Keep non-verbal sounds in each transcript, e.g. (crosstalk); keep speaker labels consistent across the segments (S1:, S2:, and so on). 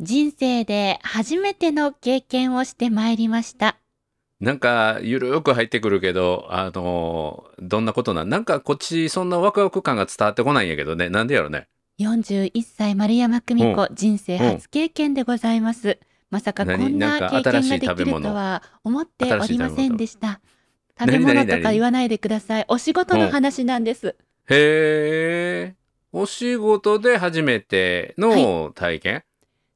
S1: 人生で初めての経験をしてまいりました。
S2: なんか、ゆるーく入ってくるけど、あのーどんなことなんなんかこっち、そんなワクワク感が伝わってこないんやけどね。なんでやろね。
S1: 41歳丸山久美子、人生
S2: うん
S1: 初経験でございます。まさかこ
S2: 何
S1: んな
S2: なん
S1: 経
S2: か
S1: 験
S2: 新し
S1: が
S2: い
S1: で
S2: 食
S1: き
S2: べ
S1: る
S2: 物
S1: とは思っておりませんでした。食
S2: 新し
S1: べ
S2: い食べ物
S1: 物と
S2: 何
S1: か
S2: 々
S1: 言わないでください。お仕事の話なんです。
S2: へえ。お仕事で初めての体験、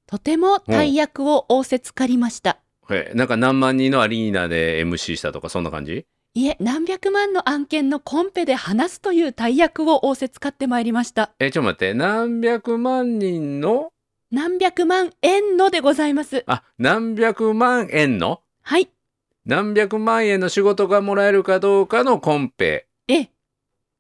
S1: とても大役を仰せつかりました。
S2: へえなんか何万人のアリーナで MC したとか、そんな感じ
S1: いえ、何百万の案件のコンペで話すという大役を仰せつかってまいりました。
S2: え、ちょっと待って。何百万人の
S1: 何百万円のでございます。
S2: あ、何百万円の
S1: はい。
S2: 何百万円の仕事がもらえるかどうかのコンペ。
S1: ええ、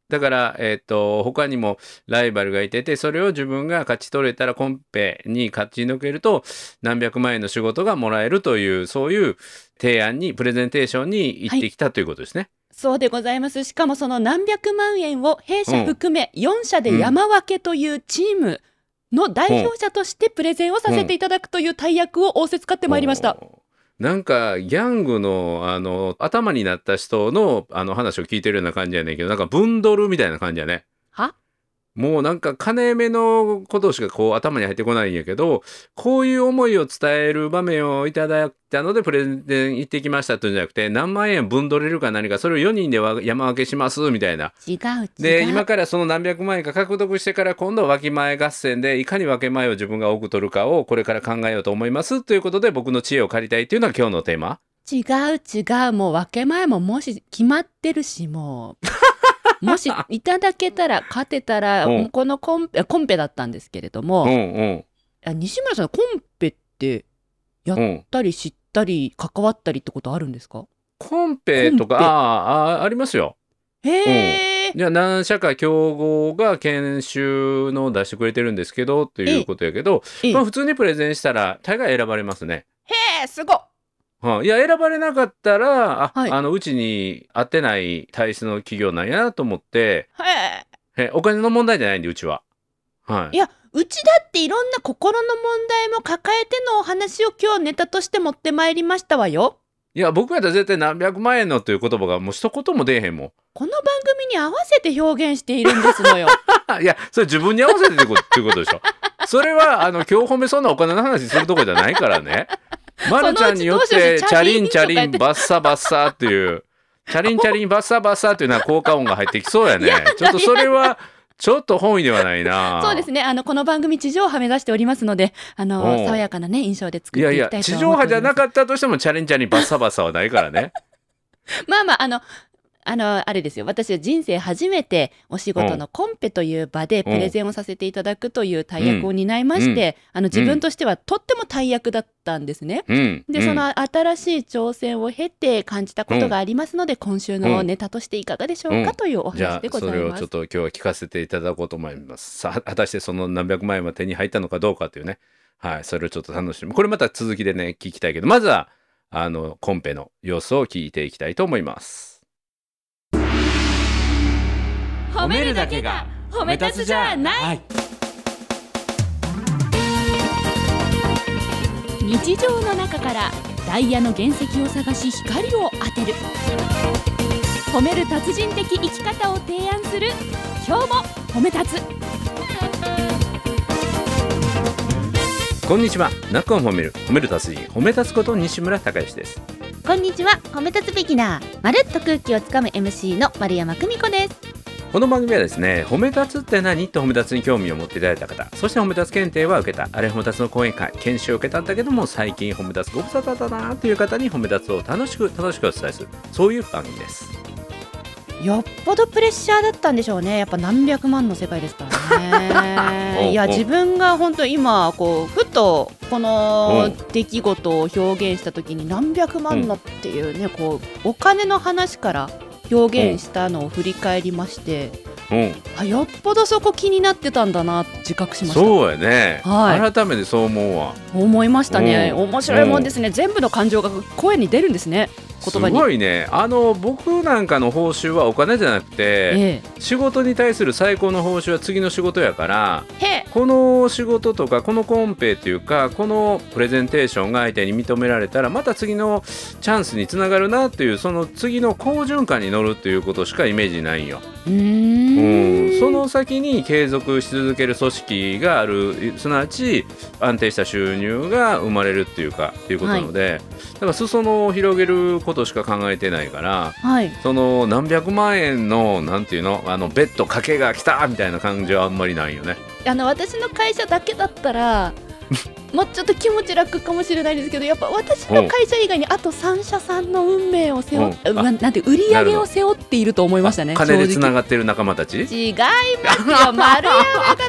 S2: だから、えっ、と、他にもライバルがいてて、それを自分が勝ち取れたらコンペに勝ち抜けると、何百万円の仕事がもらえるという、そういう提案に、プレゼンテーションに行ってきたということですね。
S1: そうでございます。しかもその何百万円を弊社含め4社で山分けというチームの代表者としてプレゼンをさせていただくという大役を仰せつかってまいりました。
S2: おー。なんかギャングのあの頭になった人のあの話を聞いてるような感じやねんけどなんかブンドルみたいな感じやね。
S1: は
S2: もうなんか金目のことしかこう頭に入ってこないんやけどこういう思いを伝える場面をいただいたのでプレゼン行ってきましたというんじゃなくて何万円分取れるか何かそれを4人でわ山分けしますみたいな
S1: 違う
S2: で
S1: 違
S2: 今
S1: う。
S2: からその何百万円か獲得してから今度は分け前合戦でいかに分け前を自分が多く取るかをこれから考えようと思いますということで僕の知恵を借りたいっていうのは今日のテーマ
S1: 違う違う。もう分け前ももし決まってるし、も
S2: (laughs)
S1: う。もしいただけたら、勝てたら、
S2: うん
S1: もうこのコンペ、コンペだったんですけれども、
S2: うんうん
S1: あ西村さん、コンペってやっ
S2: うん
S1: たり知ったり関わったりってことあるんですか
S2: コンペとか
S1: コンペ
S2: あーあーありますよ
S1: へえ、
S2: じゃあ何社か競合が研修の出してくれてるんですけどということやけど、
S1: ええ
S2: まあ、普通にプレゼンしたら大概選ばれますね。
S1: へえ、すごっ
S2: はいいや選ばれなかったらあ、
S1: はい
S2: あのうちに合ってない体質の企業なんやなと思って
S1: へ
S2: えお金の問題じゃないんでうちは。は
S1: え。
S2: い
S1: いや、うちだっていろんな心の問題も抱えてのお話を今日ネタとして持ってまいりましたわよ。
S2: いや僕やったら絶対何百万円のという言葉がもう一言も出えへんもん
S1: この番組に合わせて表現しているんですの
S2: (laughs)
S1: よ。。
S2: いやそれ自分に合わせてってこと (laughs) っていうことでしょ。それはあの今日褒めそんなお金の話するとこじゃないか
S1: (laughs)
S2: らね。まるちゃんによっ
S1: そのう
S2: て
S1: ち
S2: チ
S1: どう
S2: ャ
S1: しよ
S2: リ
S1: う
S2: ン
S1: チ
S2: チ
S1: ャ
S2: ャ
S1: リン
S2: リンバッサバッサっていうチャリンチャリンバッサバッサっていうのは効果音が入ってきそうやね。ちょっとそれはちょっと本意ではないな。
S1: そうですね。あの、この番組地上波目指しておりますので、あの、
S2: うん
S1: 爽やかなね、印象で作
S2: い
S1: っ
S2: や
S1: て
S2: い
S1: いきたい
S2: や
S1: と
S2: 地
S1: 思
S2: 上
S1: っております。
S2: 波じゃなかったとしてもチャリンチャリンバッサバッサはないからね。
S1: まあまあ、あの、あの、あれですよ。私は人生初めてお仕事のコンペという場でプレゼンをさせていただくという大役を担いまして、あの、自分としてはとっても大役だったんですね。
S2: うん。
S1: で、
S2: うん
S1: その新しい挑戦を経て感じたことがありますので、今週のネタとしていかがでしょうか
S2: うん
S1: というお
S2: じゃ
S1: 話で
S2: あ
S1: ござ
S2: そ
S1: い
S2: れを
S1: ま
S2: ち
S1: す
S2: ょっ。と今日は聞かせていただこうと思いますさあ果たしてその何百万円は手に入ったのかどうかというねはいそれをちょっと楽しみこれまた続きでね聞きたいけどまずはあのコンペの様子を聞いていきたいと思います
S3: は
S1: 褒
S3: い、
S1: 日常の中からダイヤの原石を探し光を当てる褒める達人的生き方を提案する今日も褒め立つ
S2: こんにちはナックン褒める褒める達人褒め立つこと西村孝之です
S1: こんにちは褒め立つビギナーまるっと空気をつかむ MC の丸山久美子です
S2: この番組はですね褒め立つって何と褒め立つに興味を持っていただいた方そして褒め立つ検定は受けたあれ褒め立つの講演会研修を受けたんだけども最近褒め立つご無沙汰だなという方に褒め立つを楽しく楽しくお伝えするそういう番組です
S1: よっぽどプレッシャーだったんでしょうねやっぱ何百万の世界ですから
S2: (laughs) おうお
S1: ね
S2: う
S1: いや自分が本当今こうふとこの出来事を表現した時に何百万のっていうねこうお金の話から表現したのを振り返りまして
S2: う
S1: あよっぽどそこ気になってたんだな自覚し
S2: ん、
S1: ました
S2: そうやね、
S1: はい
S2: 改めてそう思うわ
S1: 思いましたね
S2: うん
S1: 面白いもんですね全部の感情が声に出るんですね
S2: す
S1: 言葉に
S2: ごいねあの僕なんかの報酬はお金じゃなくて、
S1: え
S2: 仕事に対する最高の報酬は次の仕事やから
S1: えへえ
S2: この仕事とかこのコンペっていうかこのプレゼンテーションが相手に認められたらまた次のチャンスにつながるなっていうその次の好循環に乗るっていうことしかイメージないんよ。
S1: うー
S2: うんんその先に継続し続ける組織があるすなわち安定した収入が生まれるっていうかっていうことなので、だから裾野を広げることしか考えてないから
S1: はい
S2: その何百万円のなんていうのあのベッド掛けが来たみたいな感じはあんまりないよね。
S1: あの私の会社だけだった
S2: (laughs)
S1: らもうちょっと気持ち楽かもしれないですけどやっぱ私の会社以外にあと3社さんの運命を背負っ
S2: うんあ
S1: ななんて売り上げを背負っていると思いましたね
S2: 金で
S1: 正
S2: つ
S1: 直
S2: ながってる仲間たち
S1: 違いますよ丸山が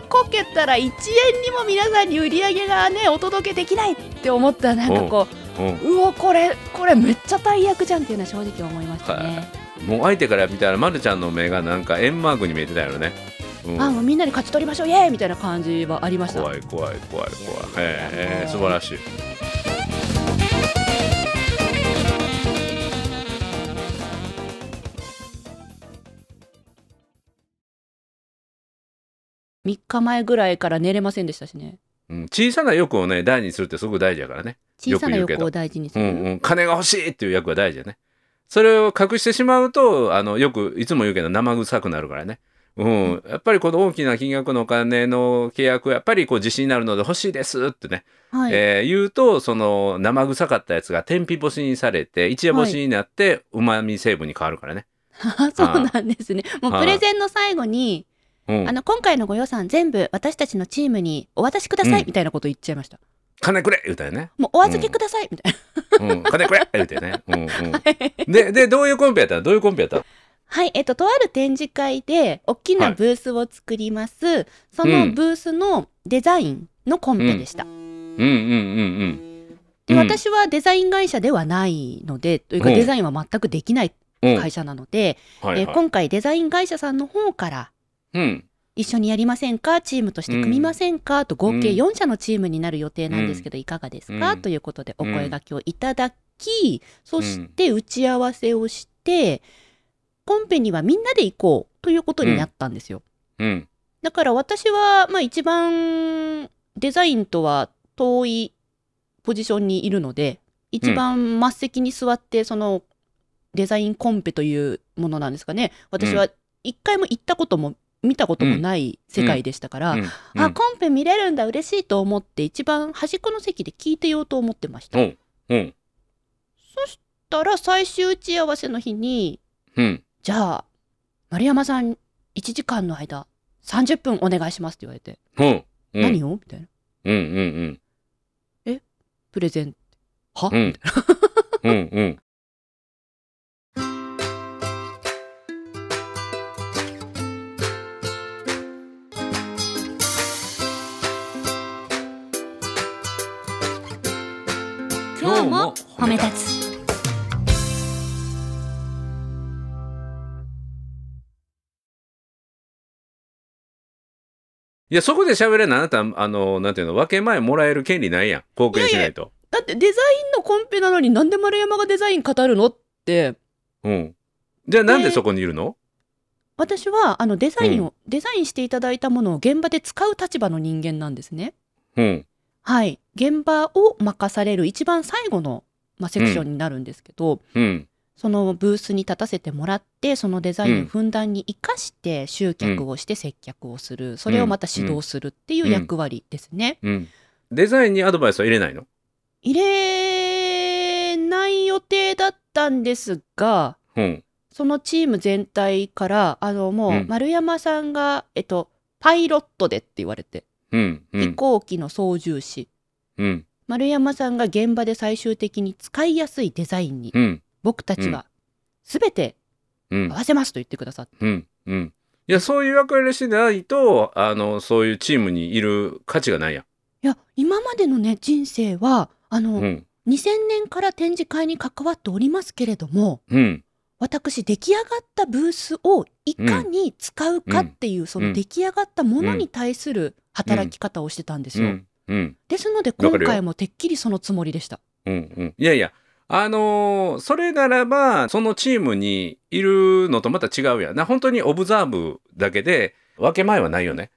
S1: こけたら1円にも皆さんに売り上げがねお届けできないって思ったらなんかこ
S2: うん
S1: ううおこれこれめっちゃ大役じゃんっていうのは正直思いましたね、
S2: もう相手から見たらまるちゃんの目がなんか円マークに見えてたよね、うん
S1: あもうみんなに勝ち取りましょうイエーイみたいな感じはありました
S2: 怖い怖い怖い怖いええええ素晴らしい
S1: 3日前ぐらいから寝れませんでしたしね
S2: うん、小さな欲をね大事にするってすごく大事やからね、
S1: 小さな
S2: よく言うけ
S1: 欲
S2: ど
S1: を大事にす
S2: う
S1: る、
S2: んうん、金が欲しいっていう欲は大事やねそれを隠してしまうとあのよくいつも言うけど生臭くなるからねうん、やっぱりこの大きな金額のお金の契約はやっぱりこう自信になるので欲しいですってね、
S1: はい、
S2: えー言うとその生臭かったやつが天日干しにされて一夜干しになってうまみ成分に変わるからね、
S1: あ (laughs) そうなんですね。もうプレゼンの最後に、
S2: うん
S1: あの、今回のご予算全部私たちのチームにお渡しください、
S2: うん
S1: みたいなこと言っちゃいました。
S2: 金くれ言うたよね、
S1: もうお預けください、みたいな。
S2: うん、金くれ言うてね、
S1: (laughs)
S2: うんうん、ででどういうコンペやったのどういうコンペやったの
S1: はい、えっと、とある展示会で、大きな
S2: はい
S1: ブースを作ります。そうの
S2: ん
S1: ブースのデザインのコンペでした。
S2: うんうんうん
S1: で、
S2: うん
S1: 私はデザイン会社ではないので、というか
S2: うん
S1: デザインは全くできない
S2: うんうん
S1: 会社なので、
S2: はい
S1: え
S2: はい
S1: 今回デザイン会社さんの方から、
S2: うん
S1: 一緒にやりませんかチームとして組みませんか、と合計
S2: うん
S1: 4社のチームになる予定なんですけど、いかがですか、
S2: うん
S1: ということでお
S2: うん
S1: 声掛けをいただき、そして打ち合わせをしてコンペにはみんなで行こうということになったんですよ、
S2: うん
S1: だから私は、まあ、一番デザインとは遠いポジションにいるので一番末席に座ってそのデザインコンペというものなんですかね私は一回も行ったことも見たこともない世界でしたから、
S2: うんう
S1: あ
S2: ん
S1: コンペ見れるんだ嬉しいと思って一番端っこの席で聞いてようと思ってました、
S2: おううん
S1: そしたら最終打ち合わせの日に
S2: うん
S1: じゃあ丸山さん1時間の間30分お願いしますって言われて、
S2: うんうん
S1: 何をみたいな
S2: うんうん
S1: プレゼンは、
S2: うんうんうんうん
S1: (laughs) 今日も褒め立つ
S2: いやそこで喋れないあなたあのなんていうの分け前もらえる権利ないやん貢献しないと
S1: だってデザインのコンペなのになんで丸山がデザイン語るのって
S2: うんじゃあなんでそこにいるの、
S1: 私はあのデザインを、デザインしていただいたものを現場で使う立場の人間なんですね
S2: うん
S1: はい現場を任される一番最後の、まあ、セクションになるんですけど、
S2: うん
S1: そのブースに立たせてもらってそのデザインをふんだんに生かして集客をして接客をする、それをまた指導するっていう役割ですね。
S2: うんデザインにアドバイスは入れないの
S1: 入れない予定だったんですが
S2: うん
S1: そのチーム全体からあのも
S2: う
S1: うん丸山さんが、えっと、パイロットでって言われて、
S2: うんう
S1: 飛
S2: ん
S1: 行機の操縦士
S2: うん
S1: 丸山さんが現場で最終的に使いやすいデザインに
S2: うん
S1: 僕たちは全て
S2: うん
S1: 合わせますと言ってくださって、
S2: うんうんいやそういう役割してないとあのそういうチームにいる価値がないやん
S1: いや今までのね人生はあの、
S2: うん
S1: 2000年から展示会に関わっておりますけれども
S2: うん
S1: 私出来上がったブースをいかに使うかっていう、その出来上がったものに対する働き方をしてたんです
S2: う
S1: よ。
S2: んうん
S1: ですので
S2: かる
S1: 今
S2: よ
S1: 回もてっきりそのつもりでした。
S2: うんうんいやいやあのーそれならばそのチームにいるのとまた違うやんな本当にオブザーブだけで分け前はないよね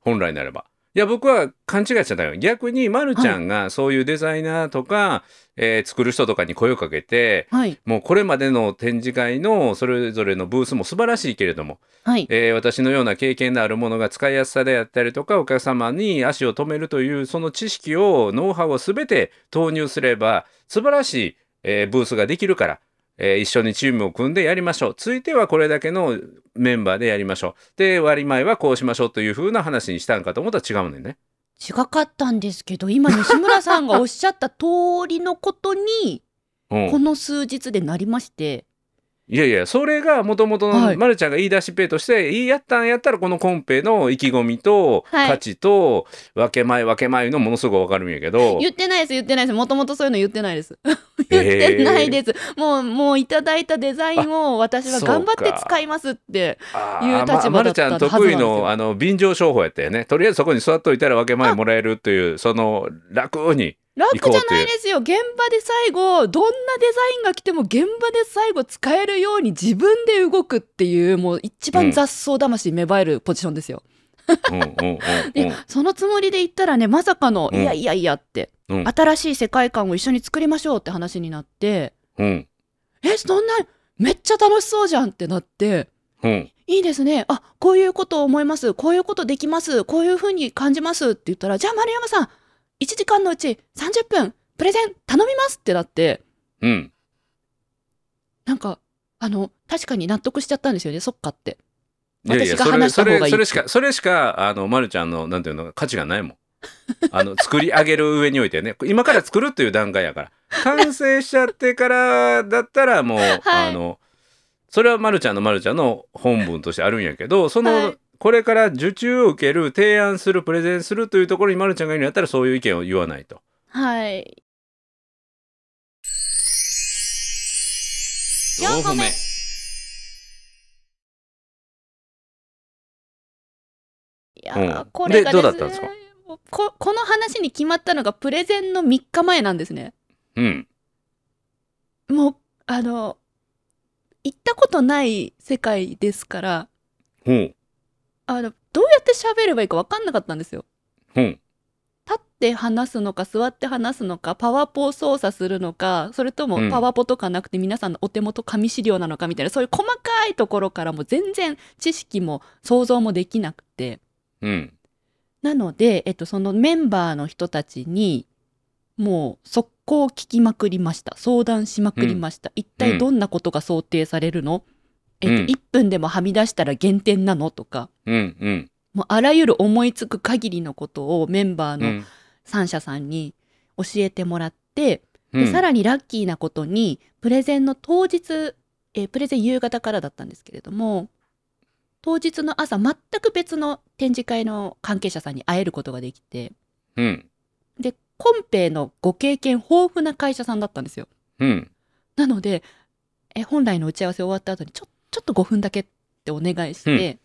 S2: 本来ならば。いや僕は勘違いしちゃったよ逆にまるちゃんがそういうデザイナーとか、えー作る人とかに声をかけて
S1: はい、
S2: もうこれまでの展示会のそれぞれのブースも素晴らしいけれども
S1: はい、
S2: えー私のような経験のあるものが使いやすさであったりとかお客様に足を止めるというその知識をノウハウを全て投入すれば素晴らしい、えーブースができるから、えー一緒にチームを組んでやりましょうついてはこれだけのメンバーでやりましょうで割り前はこうしましょうという風な話にしたんかと思ったら違うねんね。
S1: 違かったんですけど今西村さんがおっしゃった通りのことに
S2: うん
S1: この数日でなりまして
S2: いやいやそれがもともと
S1: は
S2: の
S1: い
S2: まるちゃんが言い出しっぺとして、い、いやったんやったらこのコンペの意気込みと
S1: はい
S2: 価値と、分け前分け前のものすごくわかるんやけど。
S1: 言ってないです言ってないですもともとそういうの言ってないです
S2: (laughs)
S1: 言っ
S2: えー
S1: てないです、もうもういただいたデザインを私は
S2: そうか
S1: 頑張って使いますって
S2: あ
S1: いう
S2: ー
S1: 立
S2: ま
S1: 場
S2: ま
S1: だ
S2: る
S1: っ
S2: ち
S1: た
S2: ゃん
S1: はずなんですよ
S2: 得意のあの便乗商法やったよねとりあえずそこに座っといたら分け前もらえるというその楽に
S1: 楽
S2: 行こう
S1: じ
S2: とい
S1: ゃ
S2: う
S1: ないですよ現場で最後どんなデザインが来ても現場で最後使えるように自分で動くっていうもう一
S2: う
S1: 番
S2: ん
S1: 雑草魂芽生えるポジションですよ、
S2: うんうんうん
S1: でそのつもりで言ったらねまさかの、
S2: うん
S1: いやいやいやって、
S2: うん
S1: 新しい世界観を一緒に作りましょうって話になって
S2: うん
S1: えそんなめっちゃ楽しそうじゃんってなって
S2: うん
S1: いいですねあこういうことを思いますこういうことできますこういうふうに感じますって言ったらじゃあ丸山さん1時間のうち30分プレゼン頼みますってなって
S2: うん
S1: なんかあの確かに納得しちゃったんですよねそっかって
S2: いやいや
S1: 私が
S2: それ
S1: 話した
S2: そ
S1: 方がいい
S2: れそれしかそれしかあのまるちゃんのなんていうの価値がないもん (laughs) あの作り上げる上においてね今から作るという段階やから完成しちゃってからだったら
S1: (laughs)
S2: もう、あのそれはまるちゃんのまるちゃんの本文としてあるんやけどその、
S1: はい
S2: これから受注を受ける提案するプレゼンするというところにまるちゃんがいるんやったらそういう意見を言わないと。
S1: はい
S2: 4
S1: 個目いやー、
S2: うん
S1: これがで
S2: で
S1: すね
S2: どうだったんですか
S1: ここの話に決まったのがプレゼンの3日前なんですね
S2: うん
S1: もうあの行ったことない世界ですから
S2: ほう
S1: あのどうやって喋ればいいか分かんなかったんですよ
S2: ほう
S1: 立って話すのか座って話すのかパワポを操作するのかそれと
S2: う
S1: も
S2: ん
S1: パワポとかなくて皆さんのお手元紙資料なのかみたいなそういう細かいところからも全然知識も想像もできなくて
S2: うん
S1: なので、えっと、そのメンバーの人たちにもう速攻聞きまくりました相談しまくりました、一体どんなことが想定されるの、え
S2: うん
S1: っと、1分でもはみ出したら減点なのとか
S2: うんうん
S1: もうあらゆる思いつく限りのことをメンバー
S2: う
S1: の
S2: ん
S1: 三者さんに教えてもらって、
S2: う
S1: でさ
S2: ん
S1: らにラッキーなことにプレゼンの当日、えープレゼン夕方からだったんですけれども当日の朝全く別の展示会の関係者さんに会えることができて
S2: うん
S1: でコンペのご経験豊富な会社さんだったんですよ
S2: うん
S1: なのでえー本来の打ち合わせ終わった後にちょちょっと5分だけってお願いして、
S2: うん
S1: で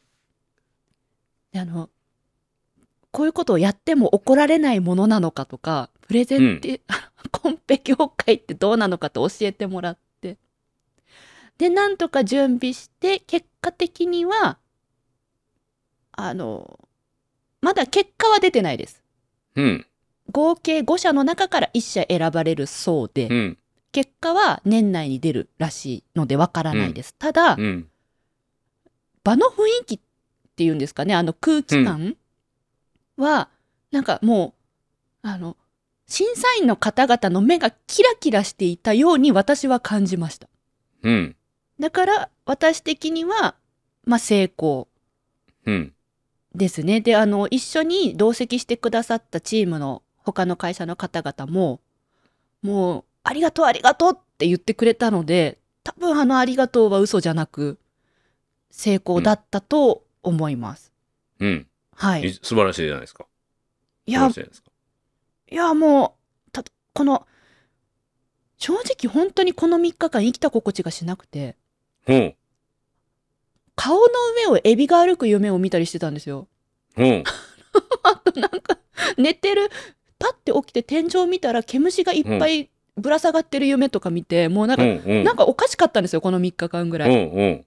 S1: あのこういうことをやっても怒られないものなのかとかプレゼンって、 (laughs) コンペ業界ってどうなのかと教えてもらってでなんとか準備して結果的にはあのまだ結果は出てないです
S2: うん
S1: 合計5社の中から1社選ばれるそうで、
S2: うん
S1: 結果は年内に出るらしいのでわからないです、ただ、
S2: うん
S1: 場の雰囲気っていうんですかねあの空気感は、なんかもうあの審査員の方々の目がキラキラしていたように私は感じました
S2: うん
S1: だから私的には、まあ、成功
S2: うん
S1: ですねであの一緒に同席してくださったチームの他の会社の方々ももう「ありがとうありがとう」って言ってくれたので多分あの「ありがとう」は嘘じゃなく成功だったと思います。
S2: うん
S1: はい、
S2: い素晴らしいじゃないですか
S1: い
S2: 素晴ら
S1: や
S2: しいじゃないですか
S1: いやもうたこの正直本当にこの3日間生きた心地がしなくて
S2: ほう
S1: 顔の上をエビが歩く夢を見たりしてたんですよ。
S2: ほう
S1: あとなんか寝てるパッて起きて天井見たら毛虫がいっぱいぶら下がってる夢とか見てもう (laughs) なん
S2: ほ
S1: か、
S2: うほう
S1: なんかおかしかったんですよこの3日間ぐらい。
S2: ほうほう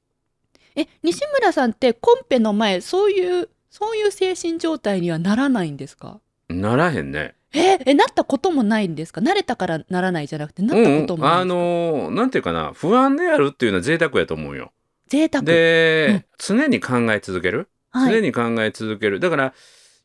S1: え西村さんってコンペの前そういうそういう精神状態にはならないんですか
S2: ならへんね。
S1: ええなったこともないんですか慣れたからならないじゃなくてなったことも
S2: うんうん
S1: ない
S2: あ
S1: んですか、
S2: のーなんていうかな不安でやるっていうのは贅沢やと思うよ。
S1: 贅沢
S2: で、常に考え続ける、
S1: はい
S2: 常に考え続けるだから、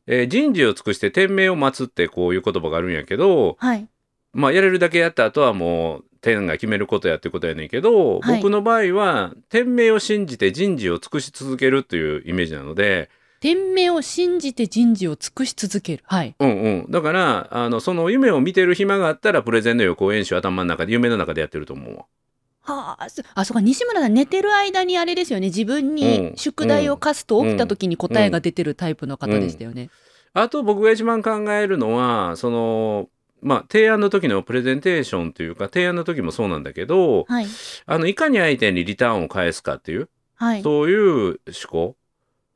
S2: えー人事を尽くして天命を待つってこういう言葉があるんやけど、
S1: はい
S2: まあ、やれるだけやった後はもう天が決めることやってことやねんけど、
S1: はい
S2: 僕の場合は天命を信じて人事を尽くし続けるというイメージなので、
S1: 天命を信じて人事を尽くし続けるはい
S2: うんうん、だからあのその夢を見てる暇があったらプレゼンの予行演習頭の中で夢の中でやってると思うわ。
S1: はあ、そあそうか西村さん寝てる間にあれですよね自分
S2: う
S1: に
S2: ん
S1: 宿題を課すと起きた時に答えが出てるタイプの方でしたよね。
S2: あと僕が一番考えるのはそのまあ提案の時のプレゼンテーションというか提案の時もそうなんだけど
S1: はい
S2: あのいかに相手にリターンを返すかっていう
S1: はい。
S2: そういう思考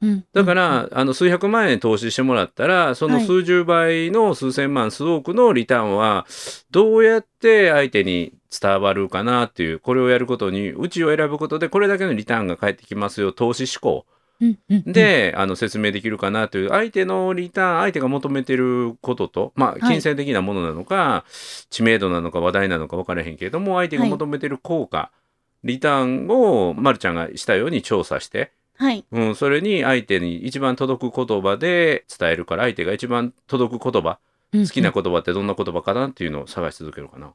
S1: うん
S2: だから、あの数百万円投資してもらったらその
S1: はい
S2: 数十倍の数千万数億のリターンはどうやって相手に伝わるかなっていうこれをやることにうちを選ぶことでこれだけのリターンが返ってきますよ投資思考
S1: うんうんうん
S2: で、あの説明できるかなという相手のリターン相手が求めてることと、まあ、金銭的なものなのか、知名度なのか話題なのか分からへんけれども相手が求めてる効果、リターンをまるちゃんがしたように調査して、
S1: はい
S2: うん、それに相手に一番届く言葉で伝えるから相手が一番届く言葉
S1: 好
S2: 好きな言葉ってどんな言葉かなっていうのを探し続けるかな。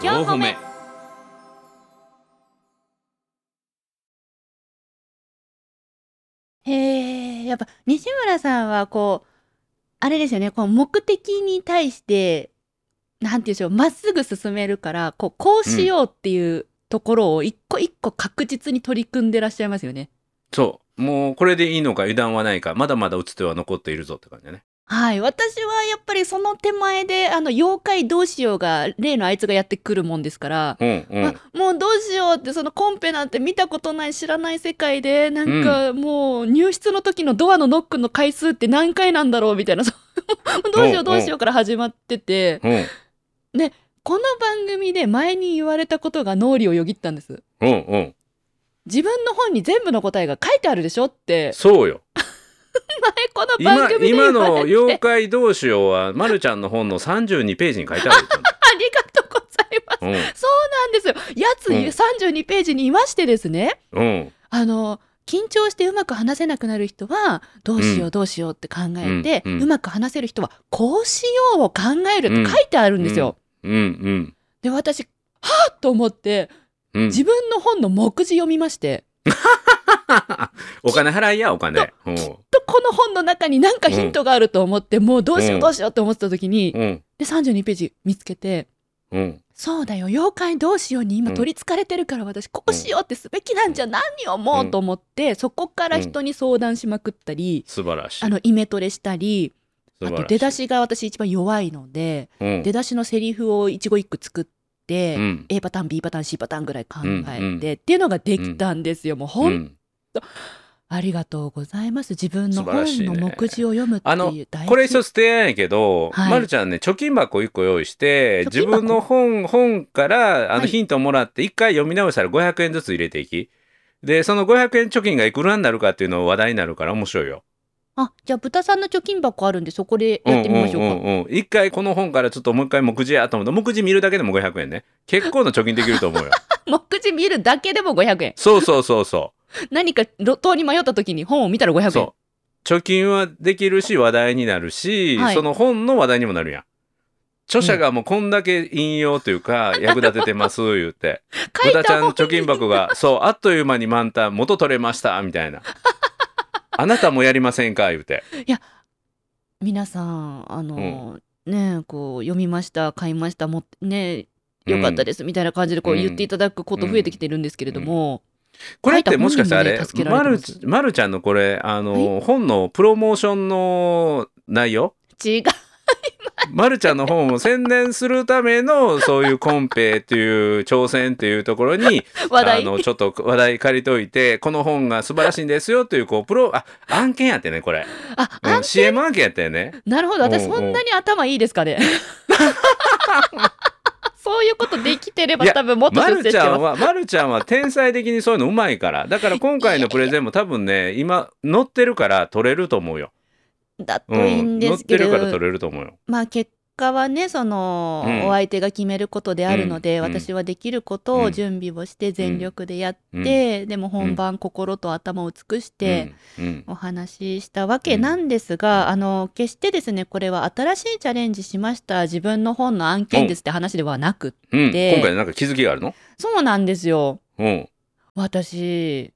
S1: 四歩目へえやっぱ西村さんはこうあれですよねこう目的に対してなんていうんでしょうまっすぐ進めるからこうこうしようっていうところを一個一個確実に取り組んでらっしゃいますよね。
S2: そうもうこれでいいのか油断はないかまだまだ打つ手は残っているぞって感じだね。
S1: はい私はやっぱりその手前であの妖怪どうしようが例のあいつがやってくるもんですから、
S2: うんうん、
S1: あもうどうしようってそのコンペなんて見たことない知らない世界でなんかもう入室の時のドアのノックの回数って何回なんだろうみたい
S2: (laughs)
S1: なそうどうしよ
S2: おう
S1: うどうしようから始まってて
S2: うん
S1: この番組で前に言われたことが脳裏をよぎったんです
S2: うんうん
S1: 自分の本に全部の答えが書いてあるでしょって
S2: そうよ
S1: 前この番
S2: 今
S1: 組で言わ
S2: 今
S1: れて
S2: の「
S1: あ
S2: 妖怪どうしよう」はまるちゃんの本の32ページに書いてある
S1: りがとうございます
S2: よ
S1: なんですよやつ32ページにいましてですね、
S2: うんうん
S1: あの緊張してうまく話せなくなる人はどうしよ
S2: う
S1: うどうしようって考えて、
S2: う
S1: うん
S2: うん
S1: まく話せる人はこうしようを考えるって書いてあるんですよ。
S2: うん
S1: で私はっと思って
S2: うんうん
S1: 自分の本の目次読みまして、
S2: (laughs) お金払いやお金うん
S1: とこの本の中に何かヒントがあると思って、もうどうしようどうしようって思ってた時に、
S2: うん
S1: で32ページ見つけて。
S2: うん
S1: そうだよ妖怪どうしように今取りつかれてるから私こうしようってすべきなんじゃ何をもうと思ってそこから人に相談しまくったり
S2: 素晴らしい
S1: あのイメトレしたり
S2: 素
S1: あ
S2: 晴ら
S1: と
S2: しい
S1: 出だしが私一番弱いので、
S2: うん
S1: 出だしのセリフを一語一句作って、
S2: うん
S1: A パターン B パターン C パターンぐらい考えて、
S2: うんうん
S1: っていうのができたんですよ、もうほん、
S2: うん
S1: ありがとうございます自分の
S2: 素晴らし
S1: 本
S2: い
S1: の
S2: ね
S1: 目次を読むっていう
S2: あの
S1: 大事
S2: これ一つ提案やけど、
S1: はい
S2: まるちゃんね貯金箱1個用意して
S1: 貯
S2: 自
S1: 金箱
S2: 分の本本からあ
S1: は
S2: の
S1: い
S2: ヒントをもらって1回読み直したら500円ずつ入れていきでその500円貯金がいくらになるかっていうの話題になるから面白いよ。
S1: あじゃあ豚さんの貯金箱あるんでそこでやってみましょうか、
S2: んんんうん一回この本からちょっともう一回目次やと思うと目次見るだけでも500円ね結構の貯金できる
S1: (laughs)
S2: と思うよ
S1: (laughs) 目次見るだけでも500円
S2: そうそうそうそ
S1: 何か路頭に迷った時に本を見たら500
S2: う
S1: 円
S2: そう貯金はできるし話題になるし、
S1: はい
S2: その本の話題にもなるやん著者がもうこんだけ引用というか役立ててます言うて「
S1: (laughs) 書い
S2: 豚ちゃ
S1: た
S2: ん
S1: 本
S2: 貯金箱がそうあっという間に満タン元取れました」みたいな「あなたもやりませんか?」言うて
S1: 皆さんあの、ねえこう読みました買いましたもねえよかったですみたいな感じでこう
S2: うん
S1: 言っていただくこと増えてきてるんですけれども、
S2: これってもしかしたらあれ
S1: 書いた本人にね助け
S2: ま
S1: られ
S2: る
S1: てます
S2: まるちゃんのこれあの、本のプロモーションの内容
S1: 違いま
S2: まるちゃんの本を宣伝するためのそういうコンペっていう挑戦っていうところに
S1: 話題
S2: あのちょっと話題借りといてこの本が素晴らしいんですよというこうプロあ案件やってねこれ、
S1: あ
S2: うん
S1: あ
S2: CM 案件やったよね
S1: なるほど私
S2: おうおう
S1: そんなに頭いいですかね (laughs) そういうことできてれば
S2: いや
S1: 多分もっと
S2: ま
S1: 出
S2: る
S1: 世して
S2: ちゃ
S1: ま
S2: ん
S1: す、
S2: は、まるちゃんは天才的にそういうのうまいから。だから今回のプレゼンも多分ね、今、乗ってるから取れると思うよ。
S1: だと
S2: う
S1: いいん
S2: ん。乗
S1: で
S2: っ
S1: すけ
S2: てる
S1: ど、
S2: から取れると思うよ。
S1: まあ結果はねその、
S2: うん
S1: お相手が決めることであるので、
S2: うん
S1: 私はできること
S2: う
S1: を
S2: ん
S1: 準備をして全力でやって、でも本番心と頭を尽くして、
S2: うん、うん。
S1: お話ししたわけなんですが、あの決してですねこれは新しいチャレンジしました自分の本の案件ですって話ではなく
S2: うん、
S1: で
S2: 今回なんか気づきがあるの
S1: そうなんですよ
S2: うん。
S1: 私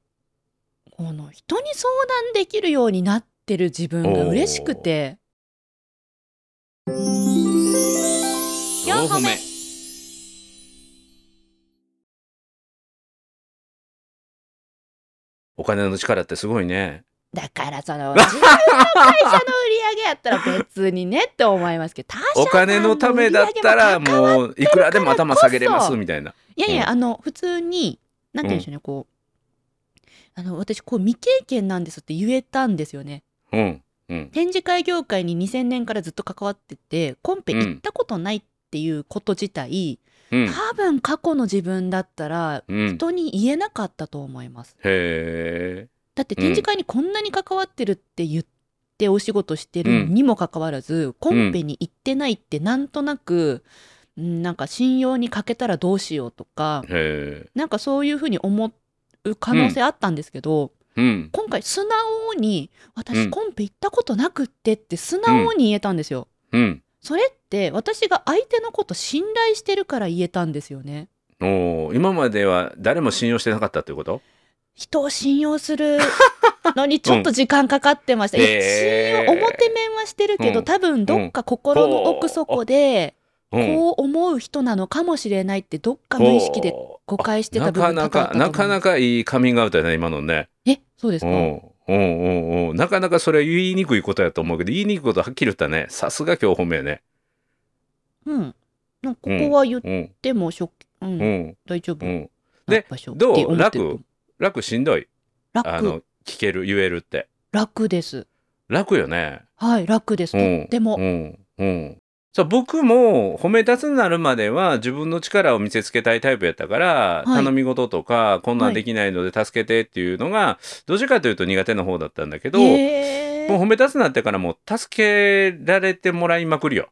S1: この人に相談できるようになってる自分が嬉しくて4歩目
S2: お金の力ってすごいね。
S1: だからその (laughs) 自分の会社の売り上げやったら別にねって思いますけど他社
S2: お金のためだったら
S1: さんの売り上げも高い
S2: もういくらでも頭下げれますみたいな。
S1: いやいや、
S2: うん
S1: あの普通になんて言うんでしょうね、こうあの私こう未経験なんですって言えたんですよね
S2: うん。うん。
S1: 展示会業界に2000年からずっと関わっててコンペ行ったことないっていうこと自体、
S2: うん。へ
S1: 多分過去の自分だったら
S2: うん
S1: 人に言えなかったと思います、
S2: え。
S1: だって展示会にこんなに関わってるって言ってお仕事してるにもかかわらず、コンペに行ってないってなんとなく、うん、なんか信用に欠けたらどうしようとか
S2: へえ。
S1: なんかそういうふうに思う可能性あったんですけど、
S2: うん。
S1: 今回素直に
S2: う
S1: 私
S2: ん
S1: コンペ行ったことなくってって素直に言えたんですよ、
S2: うん。
S1: それって私が相手のこと信頼してるから言えたんですよね
S2: おー今までは誰も信用してなかったということ
S1: 人を信用するのにちょっと時間かかってました、
S2: うん
S1: いや
S2: へー
S1: 信用表面はしてるけど、
S2: うん
S1: 多分どっか心の奥底で
S2: うん。
S1: こう思う人なのかもしれないってどっか無意識で
S2: こう
S1: 誤解してた部
S2: な
S1: 分
S2: か
S1: 多々
S2: な
S1: あ
S2: か
S1: ったと思
S2: な
S1: う
S2: かなかいいカミングアウトやね今のね。
S1: えそうです
S2: う
S1: か
S2: んうんうんうんなかなかそれは言いにくいことやと思うけど言いにくいことはっきり言ったねさすが今日褒めやね。
S1: うんなんかここは言っ
S2: うん
S1: てもショッキうん
S2: うん
S1: 大丈夫
S2: う
S1: なん
S2: で
S1: 場所
S2: どう
S1: って思ってると思
S2: 楽しんどいあ
S1: 楽
S2: の聞ける言えるって
S1: 楽です
S2: 楽よね。
S1: はい楽ですと
S2: うん
S1: っても
S2: うんうんそう僕も褒め立つになるまでは自分の力を見せつけたいタイプやったから、
S1: はい
S2: 頼み事とかこんなんできないので助けてっていうのが、どっちかというと苦手な方だったんだけど、
S1: へ
S2: もう
S1: ー
S2: 褒め立つなってからもう助けられてもらいまくるよ。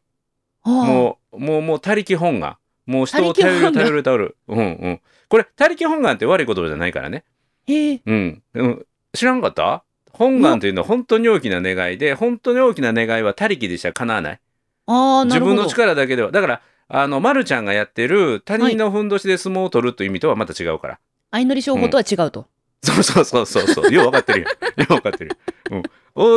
S1: ああ
S2: もう、もう、もう、他力本願。もう人を頼る、
S1: 他力本願
S2: 頼る、頼る。うんうん。これ、他力本願って悪いことじゃないからね。
S1: へえ
S2: うん。うん、知らんかった本願というのは本当に大きな願いで、本当に大きな願いは他力でしか叶わない。
S1: ああな
S2: 自
S1: るほ
S2: 分の
S1: ど
S2: 力だけでは。だから、あの、まるちゃんがやってる他人のふんどしで相撲を取るという意味とはまた違うから。
S1: 相乗り商法とは違うと
S2: そうそうそうそうそう。よう分かっ
S1: (laughs)
S2: てるよ。よう分かってるよ。うん。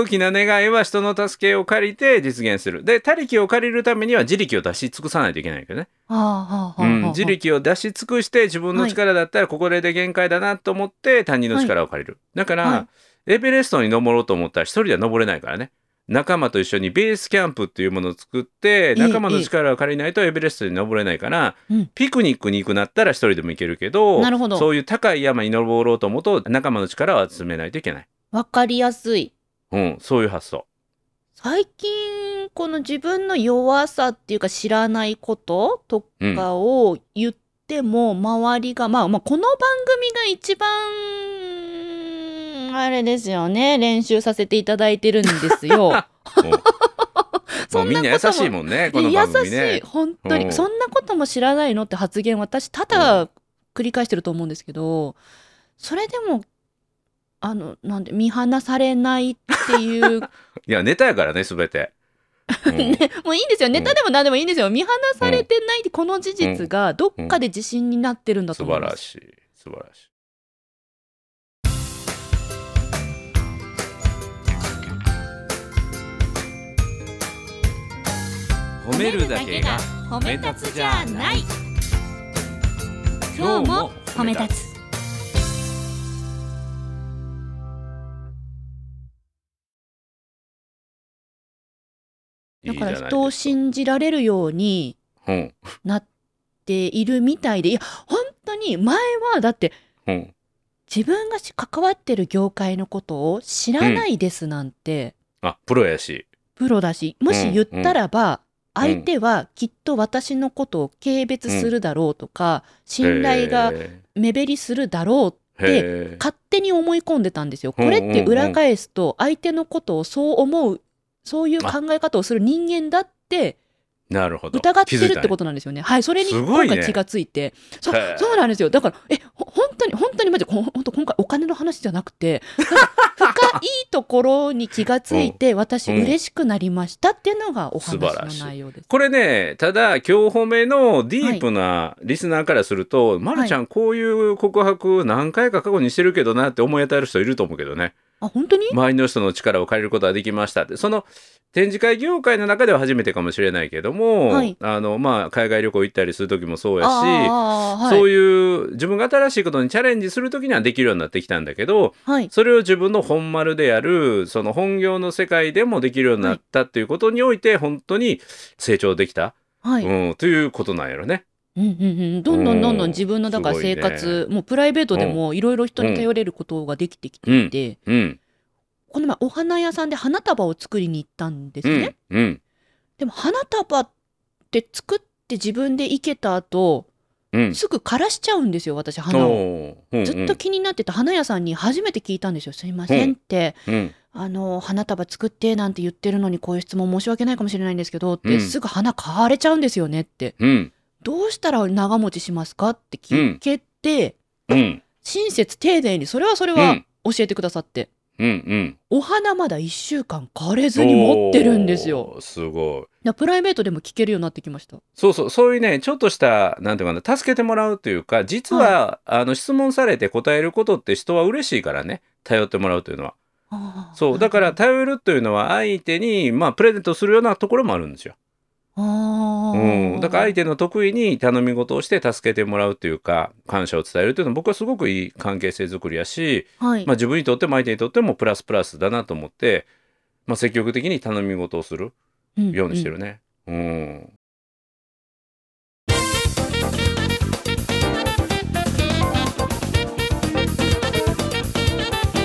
S2: 大きな願いは人の助けを借りて実現する。で、他力を借りるためには自力を出し尽くさないといけないけどね。
S1: はあはあはあ
S2: う
S1: はあ
S2: ん、自力を出し尽くして自分の力だったらここで限界だなと思って他人の力を借りる、だから、
S1: は
S2: エベレストに登ろうと思ったら一人では登れないからね仲間と一緒にベースキャンプっていうものを作っ
S1: え
S2: て仲間の力を借りないとエベレストに登れないから、
S1: うん
S2: ピクニックに行くなったら一人でも行けるけど
S1: なるほど
S2: そういう高い山に登ろうと思うと仲間の力を集めないといけない、
S1: わかりやすい
S2: うん、そういう発想。
S1: 最近この自分の弱さっていうか知らないことと
S2: うん
S1: かを言っても周りが、まあまあこの番組が一番あれですよね練習させていただいてるんです
S2: (laughs)
S1: よ。
S2: うん
S1: (laughs) そ
S2: もうん
S1: なことも
S2: みんな優しいもんねこの
S1: 優
S2: 番組
S1: しい
S2: ね。
S1: 本当
S2: うん
S1: にそんなことも知らないのって発言私ただ繰り返してると思うんですけどそれでもあのなんで見放されないっていう
S2: いやネタやからね全て。う
S1: (laughs)
S2: ん
S1: ね、もういいんですよ。ネタでも何でもいいんですよ。見放されてないこの事実がどっかで自信になってるんだと
S2: 素
S1: 思い
S2: 晴
S1: ま
S2: ら
S1: す。
S2: しい素晴らしい褒めるだけが
S1: 褒
S2: め立つじゃない。今日も褒め立
S1: つ。
S2: い
S1: だ
S2: いじゃ
S1: か
S2: な
S1: ら
S2: いですか
S1: 人を信じられるように
S2: うん
S1: なっているみたいで、いや、本当に前はだって
S2: うん
S1: 自分が関わってる業界のことを知らないですなんて、
S2: あプロやし
S1: プロだし、もし言ったらば、
S2: ん
S1: 相手はきっと私のことを軽蔑するだろうとか、信頼が
S2: へ
S1: 目減りするだろうって
S2: ーへー
S1: 勝手に思い込んでたんですよ。こ
S2: うんうん
S1: れ
S2: う
S1: っ
S2: ん
S1: て裏返すと相手のことをそう思うそういう考え方をする人間だって
S2: なるほど
S1: 疑ってるってこととなんですよね。はい、それに
S2: す
S1: 今
S2: ごいね
S1: 回気がついて、そ
S2: へえ
S1: そうなんですよ。だからえほ本当に本当にマジほん本当今回お金の話じゃなくてなんか深いところに気がついて、私
S2: うん
S1: 嬉しくなりましたっていうのがお話
S2: 素晴らしい
S1: の内容です。
S2: これねただ今日褒めのディープなリスナーからすると、まるちゃんこういう告白何回か過去にしてるけどなって思い当たる人いると思うけどね
S1: あ本当に、
S2: 周りの人の力を借りることができましたってその展示会業界の中では初めてかもしれないけども、
S1: はい
S2: あのまあ、海外旅行行ったりする時もそうやし、
S1: ああ、はい、
S2: そういう自分が新しいことにチャレンジする時にはできるようになってきたんだけど
S1: はい、
S2: それを自分の本丸であるその本業の世界でもできるようになったっていうことにおいて本当に成長できた、
S1: はい。
S2: うん、ということなんやろね。
S1: うんうんうん、どんどんどんどん自分のだから
S2: すごいね
S1: 生活、もうプライベートでもいろいろ人に頼れることができてきていて、
S2: うん、
S1: この前お花屋さんで花束を作りに行ったんです
S2: う
S1: ね、
S2: ん、うん、
S1: でも花束って作って自分で生けた後
S2: うん。
S1: すぐ枯らしちゃうんですよ私花を。
S2: おーうん
S1: ずっと気になってた花屋さんに初めて聞いたんですよ「すいません」って
S2: うんうん
S1: 「あの花束作って」なんて言ってるのにこういう質問申し訳ないかもしれないんですけどって、
S2: うん
S1: すぐ花枯れちゃうんですよねって
S2: うん、
S1: どうしたら長持ちしますかって聞けて、
S2: うん、
S1: 親切丁寧にそれはそれ
S2: う
S1: は
S2: ん
S1: 教えてくださって、
S2: うん、うん。
S1: お花まだ1週間枯れずに持ってるんですよ
S2: おー。すご
S1: だ
S2: い。
S1: からプライベートでも聞けるようになってきました
S2: そうそうそういうねちょっとしたなんていうかな助けてもらうというか実は、あの質問されて答えることって人は嬉しいからね頼ってもらうというのはそうだから頼るというのは相手にまあプレゼントするようなところもあるんですよ、
S1: あ
S2: う
S1: ー
S2: ん、だから相手の得意に頼み事をして助けてもらうというか感謝を伝えるというのは僕はすごくいい関係性づくりやし、
S1: はい、
S2: まあ、自分にとっても相手にとってもプラスプラスだなと思って、まあ、積極的に頼み事をする
S1: うん
S2: ようにしてるね。うん
S1: うんいやこ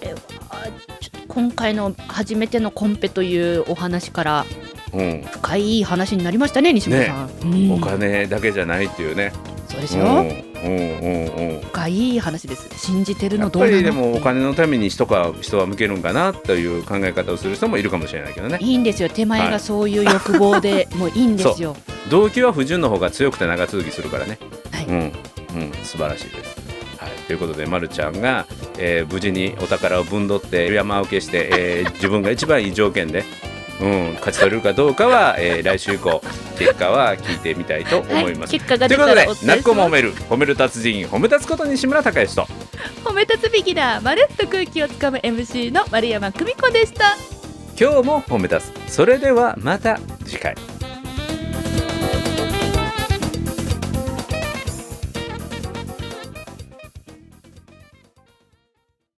S1: れはちょっと今回の初めてのコンペというお話から
S2: うん
S1: 深い話になりましたね西村さん、うん
S2: お金だけじゃないっていうね。
S1: そうです
S2: うん
S1: よ、
S2: うんうんうん
S1: 深い話です信じてる
S2: や
S1: の
S2: っ
S1: どう
S2: ぱ
S1: なの
S2: りでも
S1: って
S2: お金のために人か人は向けるんかなという考え方をする人もいるかもしれないけどね
S1: いいんですよ手前
S2: は
S1: が
S2: い
S1: そういう欲望でもういいんですよ
S2: 動機は不純の方が強くて長続きするからね、
S1: はい
S2: うんうん、素晴らしいです、はい、ということで、ま、るちゃんが、えー無事にお宝をぶんどって山分けして、えー自分が一番いい条件で、うん、勝ち取れるかどうかは、えー来週以降結果は聞いてみたいと思います。
S1: 結果が
S2: と
S1: 出
S2: いう
S1: た
S2: こ
S1: ら
S2: と
S1: お
S2: で
S1: 伝えし
S2: 「なっこも褒
S1: ます
S2: める褒める達人褒め立つこと西村孝之と」
S1: 褒め立つビギナーまるっと空気をつかむ MC の丸山久美子でした
S2: 今日も褒め立つそれではまた次回